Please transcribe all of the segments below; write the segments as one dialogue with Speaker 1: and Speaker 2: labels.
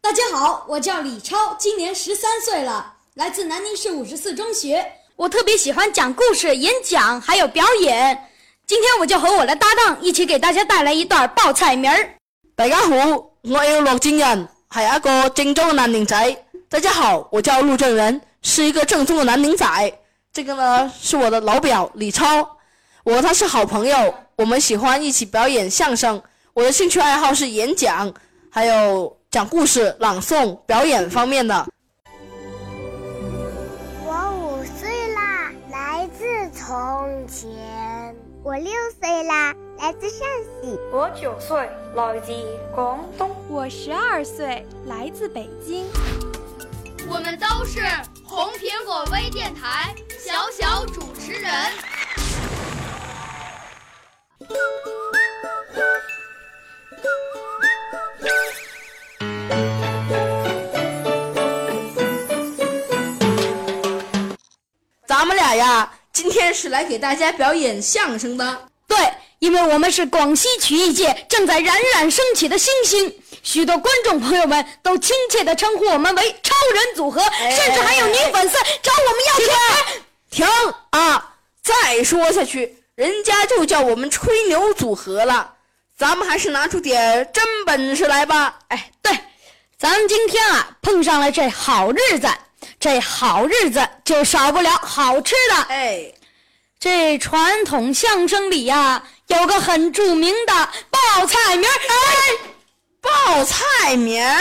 Speaker 1: 大家好，我叫李超，今年十三岁了，来自南宁市五十四中学。
Speaker 2: 我特别喜欢讲故事、演讲，还有表演。今天我就和我的搭档一起给大家帶嚟一段報菜名儿。
Speaker 3: 大家好，我叫陸正仁，係一個正宗嘅南寧仔。大家好，我叫陸正仁，是一個正宗嘅南寧仔。這個呢是我的老表李超，我和他是好朋友，我們喜歡一起表演相聲。我的興趣愛好是演講，還有講故事、朗誦、表演方面的。
Speaker 4: 从前，
Speaker 5: 我六岁啦，来自陕西；
Speaker 6: 我九岁，来自广东；
Speaker 7: 我十二岁，来自北京。
Speaker 8: 我们都是红苹果微电台小小主持人。
Speaker 3: 咱们俩呀。今天是来给大家表演相声的，
Speaker 2: 对，因为我们是广西曲艺界正在冉冉升起的新星，许多观众朋友们都亲切地称呼我们为“超人组合”，哎、甚至还有女粉丝找我们要钱。
Speaker 3: 停啊！再说下去，人家就叫我们吹牛组合了。咱们还是拿出点真本事来吧。
Speaker 2: 哎，对，咱们今天啊碰上了这好日子。这好日子就少不了好吃的。
Speaker 3: 哎，
Speaker 2: 这传统相声里呀、啊，有个很著名的报菜名儿。
Speaker 3: 哎，报菜名儿，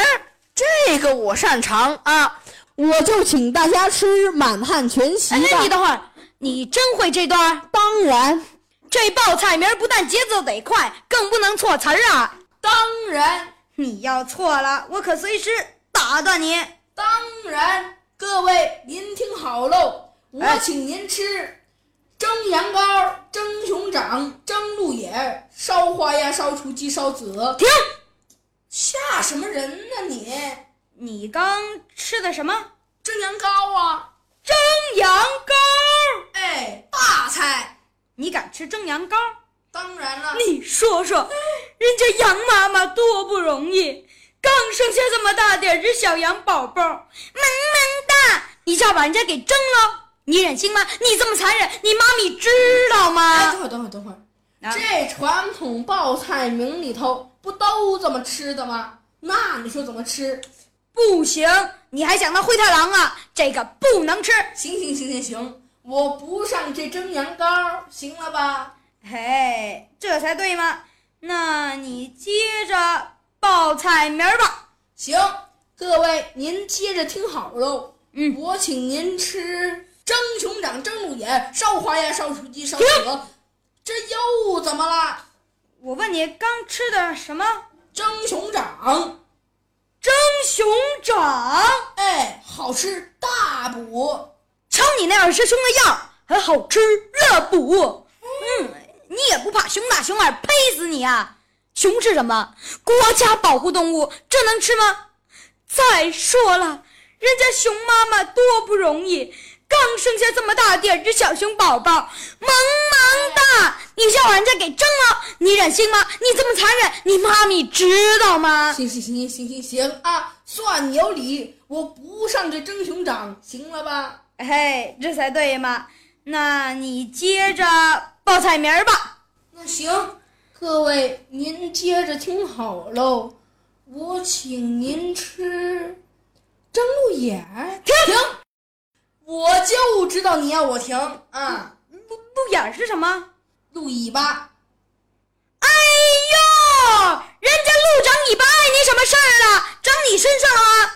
Speaker 3: 这个我擅长啊，
Speaker 9: 我就请大家吃满汉全席吧。
Speaker 2: 哎，你等会儿，你真会这段？
Speaker 9: 当然，
Speaker 2: 这报菜名不但节奏得快，更不能错词儿啊。
Speaker 3: 当然，
Speaker 2: 你要错了，我可随时打断你。
Speaker 3: 当然。各位，您听好喽，我
Speaker 2: 哎
Speaker 3: 请您吃蒸羊羔、蒸熊掌、蒸鹿眼、烧花鸭、烧雏鸡、烧子鹅。
Speaker 2: 停！
Speaker 3: 吓什么人呢、啊、你？
Speaker 2: 你刚吃的什么？
Speaker 3: 蒸羊羔啊！
Speaker 2: 蒸羊羔！
Speaker 3: 哎，大菜！
Speaker 2: 你敢吃蒸羊羔？
Speaker 3: 当然了。
Speaker 2: 你说说，人家羊妈妈多不容易。刚生下这么大点只小羊宝宝，萌萌的，一下把人家给蒸了，你忍心吗？你这么残忍，你妈咪知道吗？
Speaker 3: 哎，等会儿，等会儿，等会儿，啊、这传统报菜名里头不都这么吃的吗？那你说怎么吃？
Speaker 2: 不行，你还想当灰太狼啊？这个不能吃。
Speaker 3: 行行行行行，我不上这蒸羊羔，行了吧？
Speaker 2: 嘿，这才对嘛。那你接着。报菜名吧，
Speaker 3: 行，各位您接着听好喽。嗯，我请您吃蒸熊掌、蒸鹿眼、烧花鸭、烧雏鸡、烧鹅。这又怎么了？
Speaker 2: 我问你刚吃的什么？
Speaker 3: 蒸熊掌，
Speaker 2: 蒸熊掌，
Speaker 3: 哎，好吃大补。
Speaker 2: 瞧你那二师兄的样，还好吃热补。嗯，你也不怕熊大熊二呸死你啊！熊是什么？国家保护动物，这能吃吗？再说了，人家熊妈妈多不容易，刚生下这么大点只小熊宝宝，萌萌的，你就把人家给蒸了，你忍心吗？你这么残忍，你妈咪知道吗？
Speaker 3: 行行行行行行啊，算你有理，我不上这蒸熊掌，行了吧？
Speaker 2: 嘿，哎这才对嘛。那你接着报菜名吧。
Speaker 3: 那行。各位，您接着听好喽，我请您吃蒸鹿眼。
Speaker 2: 停！
Speaker 3: 我就知道你要我停啊！
Speaker 2: 嗯不不，也点是什么？
Speaker 3: 鹿尾巴。
Speaker 2: 哎呦，人家鹿长尾巴碍你什么事儿了？长你身上啊！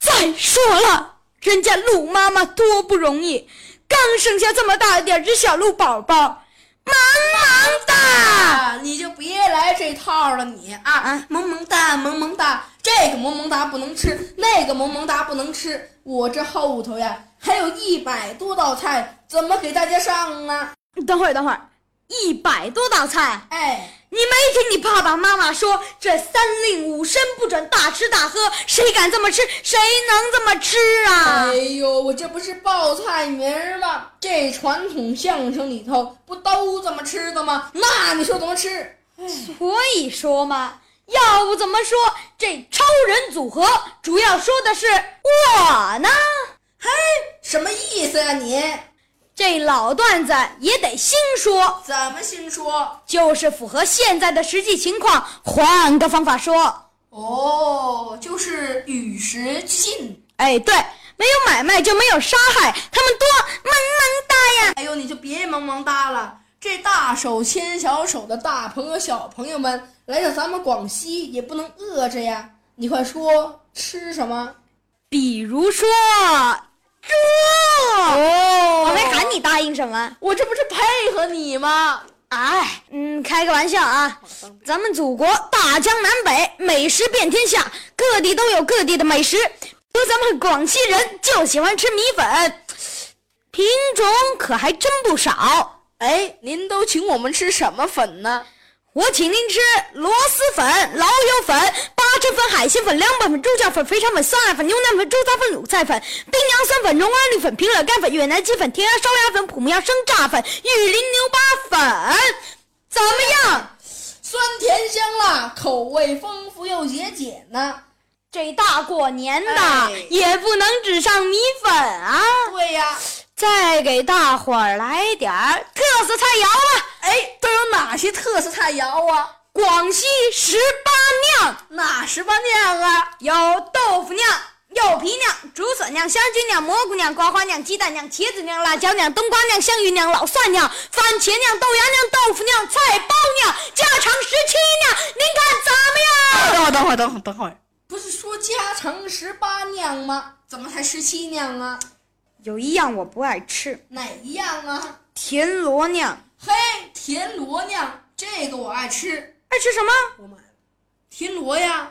Speaker 2: 再说了，人家鹿妈妈多不容易，刚生下这么大点只小鹿宝宝，萌萌哒！
Speaker 3: 啊你就别来这套了，你啊，萌萌哒，萌萌哒，这个萌萌哒不能吃，那个萌萌哒不能吃，我这后头呀还有一百多道菜，怎么给大家上啊呢？
Speaker 2: 等会儿，等会儿，一百多道菜，
Speaker 3: 哎。
Speaker 2: 你没听你爸爸妈妈说，这三令五申不准大吃大喝，谁敢这么吃，谁能这么吃啊？
Speaker 3: 哎呦，我这不是报菜名儿吗？这传统相声里头不都这么吃的吗？那你说怎么吃？
Speaker 2: 所以说嘛，要不怎么说这超人组合主要说的是我呢？
Speaker 3: 嘿，什么意思呀、啊、你？
Speaker 2: 这老段子也得新说，
Speaker 3: 怎么新说？
Speaker 2: 就是符合现在的实际情况，换个方法说。
Speaker 3: 哦，就是与时俱进。
Speaker 2: 哎，对，没有买卖就没有杀害，他们多萌萌哒呀！
Speaker 3: 哎呦，你就别萌萌哒了，这大手牵小手的大朋友、小朋友们来到咱们广西也不能饿着呀。你快说吃什么？
Speaker 2: 比如说。猪
Speaker 3: 哦，
Speaker 2: 我没喊你答应什么，
Speaker 3: 我这不是配合你吗？
Speaker 2: 哎，嗯，开个玩笑啊，咱们祖国大江南北，美食遍天下，各地都有各地的美食。比如咱们广西人就喜欢吃米粉，品种可还真不少。
Speaker 10: 哎，您都请我们吃什么粉呢？
Speaker 2: 我请您吃螺蛳粉、老友粉、八珍粉、海鲜粉、凉拌粉、猪脚粉、肥肠粉、酸辣粉、牛腩粉、猪杂粉、卤菜粉、冰洋酸粉、蓉安绿粉、平乐干粉、越南鸡粉、甜鸭烧鸭粉、普木鸭生炸粉、玉林牛八粉，怎么样？
Speaker 3: 酸甜香辣，口味丰富又节俭呢。
Speaker 2: 这大过年的、哎、也不能只上米粉啊！
Speaker 3: 对呀、啊，
Speaker 2: 再给大伙儿来点儿特色菜肴啊！
Speaker 3: 哎，都有哪些特色菜肴啊？
Speaker 2: 广西十八酿，
Speaker 3: 哪十八酿啊？
Speaker 2: 有豆腐酿、柚皮酿、竹笋酿、香菌酿、蘑菇酿、瓜花酿、鸡蛋酿、茄子酿、辣椒酿、冬瓜酿、香芋酿、老蒜酿、番茄酿、豆芽酿、豆腐酿、菜包酿、家常十七酿，您看怎么样？
Speaker 10: 等会儿，等会儿，等会儿，等会儿。
Speaker 3: 不是说家常十八酿吗？怎么才十七酿啊？
Speaker 2: 有一样我不爱吃，
Speaker 3: 哪一样啊？
Speaker 2: 田螺酿。
Speaker 3: 嘿，田螺酿这个我爱吃，
Speaker 2: 爱吃什么？
Speaker 3: 我买了田螺呀。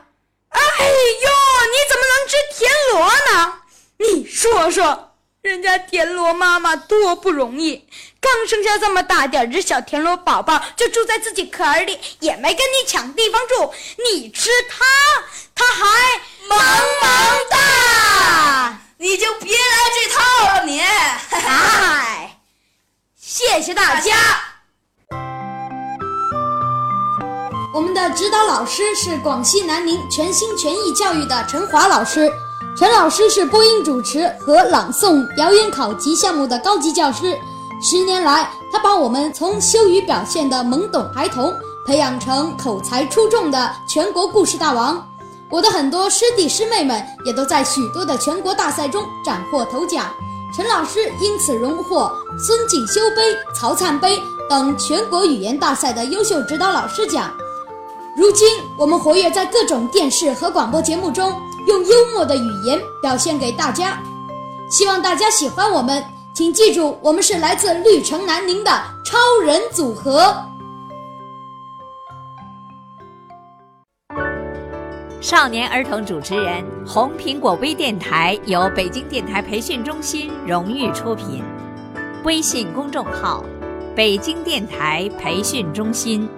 Speaker 2: 哎呦，你怎么能吃田螺呢？你说说，人家田螺妈妈多不容易，刚生下这么大点只小田螺宝宝就住在自己壳里，也没跟你抢地方住，你吃它。他还
Speaker 3: 萌萌哒，你就别来这套了你。
Speaker 2: 哎，谢谢大家。
Speaker 3: 我们的指导老师是广西南宁全心全意教育的陈华老师，陈老师是播音主持和朗诵表演考级项目的高级教师。十年来，他把我们从羞于表现的懵懂孩童，培养成口才出众的全国故事大王。我的很多师弟师妹们也都在许多的全国大赛中斩获头奖，陈老师因此荣获孙锦修杯、曹灿杯等全国语言大赛的优秀指导老师奖。如今，我们活跃在各种电视和广播节目中，用幽默的语言表现给大家。希望大家喜欢我们，请记住，我们是来自绿城南宁的超人组合。
Speaker 11: 少年儿童主持人，红苹果微电台由北京电台培训中心荣誉出品，微信公众号：北京电台培训中心。